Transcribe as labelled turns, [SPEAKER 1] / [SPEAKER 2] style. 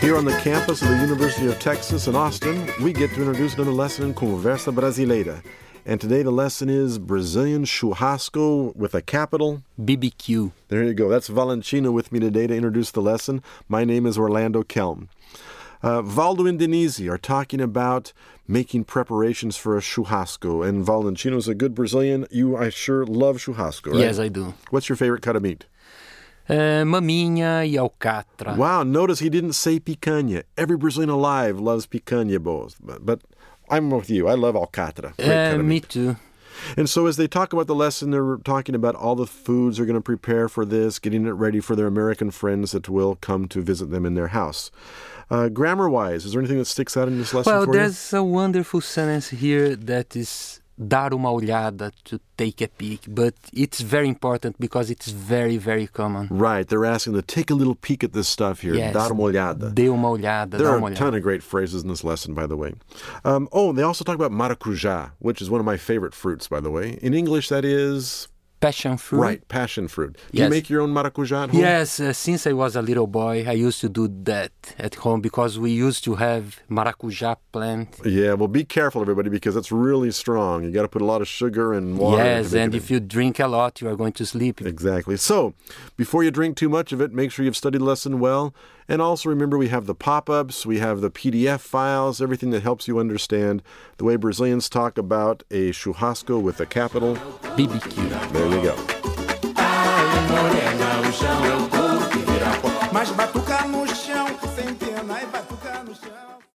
[SPEAKER 1] Here on the campus of the University of Texas in Austin, we get to introduce another lesson in Conversa Brasileira. And today the lesson is Brazilian churrasco with a capital.
[SPEAKER 2] BBQ.
[SPEAKER 1] There you go. That's Valentina with me today to introduce the lesson. My name is Orlando Kelm. Uh, Valdo and Denise are talking about making preparations for a churrasco. And Valentino's a good Brazilian. You, I sure love churrasco, right?
[SPEAKER 2] Yes, I do.
[SPEAKER 1] What's your favorite cut of meat?
[SPEAKER 2] Uh, maminha e alcatra.
[SPEAKER 1] Wow, notice he didn't say picanha. Every Brazilian alive loves picanha balls, but, but I'm with you. I love alcatra. Great
[SPEAKER 2] Uh,
[SPEAKER 1] cut of
[SPEAKER 2] me
[SPEAKER 1] meat.
[SPEAKER 2] too.
[SPEAKER 1] And so as they talk about the lesson, they're talking about all the foods they're going to prepare for this, getting it ready for their American friends that will come to visit them in their house. Uh, grammar-wise, is there anything that sticks out in this lesson
[SPEAKER 2] Well,
[SPEAKER 1] for you?
[SPEAKER 2] there's a wonderful sentence here that is dar uma olhada, to take a peek, but it's very important because it's very, very common.
[SPEAKER 1] Right, they're asking to take a little peek at this stuff here.
[SPEAKER 2] Yes.
[SPEAKER 1] Dar uma olhada.
[SPEAKER 2] Dê uma olhada,
[SPEAKER 1] There
[SPEAKER 2] dá
[SPEAKER 1] are
[SPEAKER 2] uma
[SPEAKER 1] a
[SPEAKER 2] olhada.
[SPEAKER 1] ton of great phrases in this lesson, by the way. Um, oh, and they also talk about maracujá, which is one of my favorite fruits, by the way. In English, that is
[SPEAKER 2] Passion fruit.
[SPEAKER 1] right passion fruit. Do you
[SPEAKER 2] Yes.
[SPEAKER 1] make your own maracujá at home?
[SPEAKER 2] Yes, uh, since I was a little boy, I used to do that at home because we used to have maracujá plant.
[SPEAKER 1] Yeah. Well, be careful, everybody, because it's really strong. You got to put a lot of sugar and water.
[SPEAKER 2] yes,
[SPEAKER 1] to make
[SPEAKER 2] and
[SPEAKER 1] it
[SPEAKER 2] if you drink a lot, you are going to sleep.
[SPEAKER 1] Exactly. So, before you drink too much of it, make sure you've studied the lesson well. And also remember, we have the pop ups, we have the PDF files, everything that helps you understand the way Brazilians talk about a churrasco with a capital.
[SPEAKER 2] BBQ.
[SPEAKER 1] There you go.
[SPEAKER 3] Mas batuca no chão, sem pena e batuca no chão.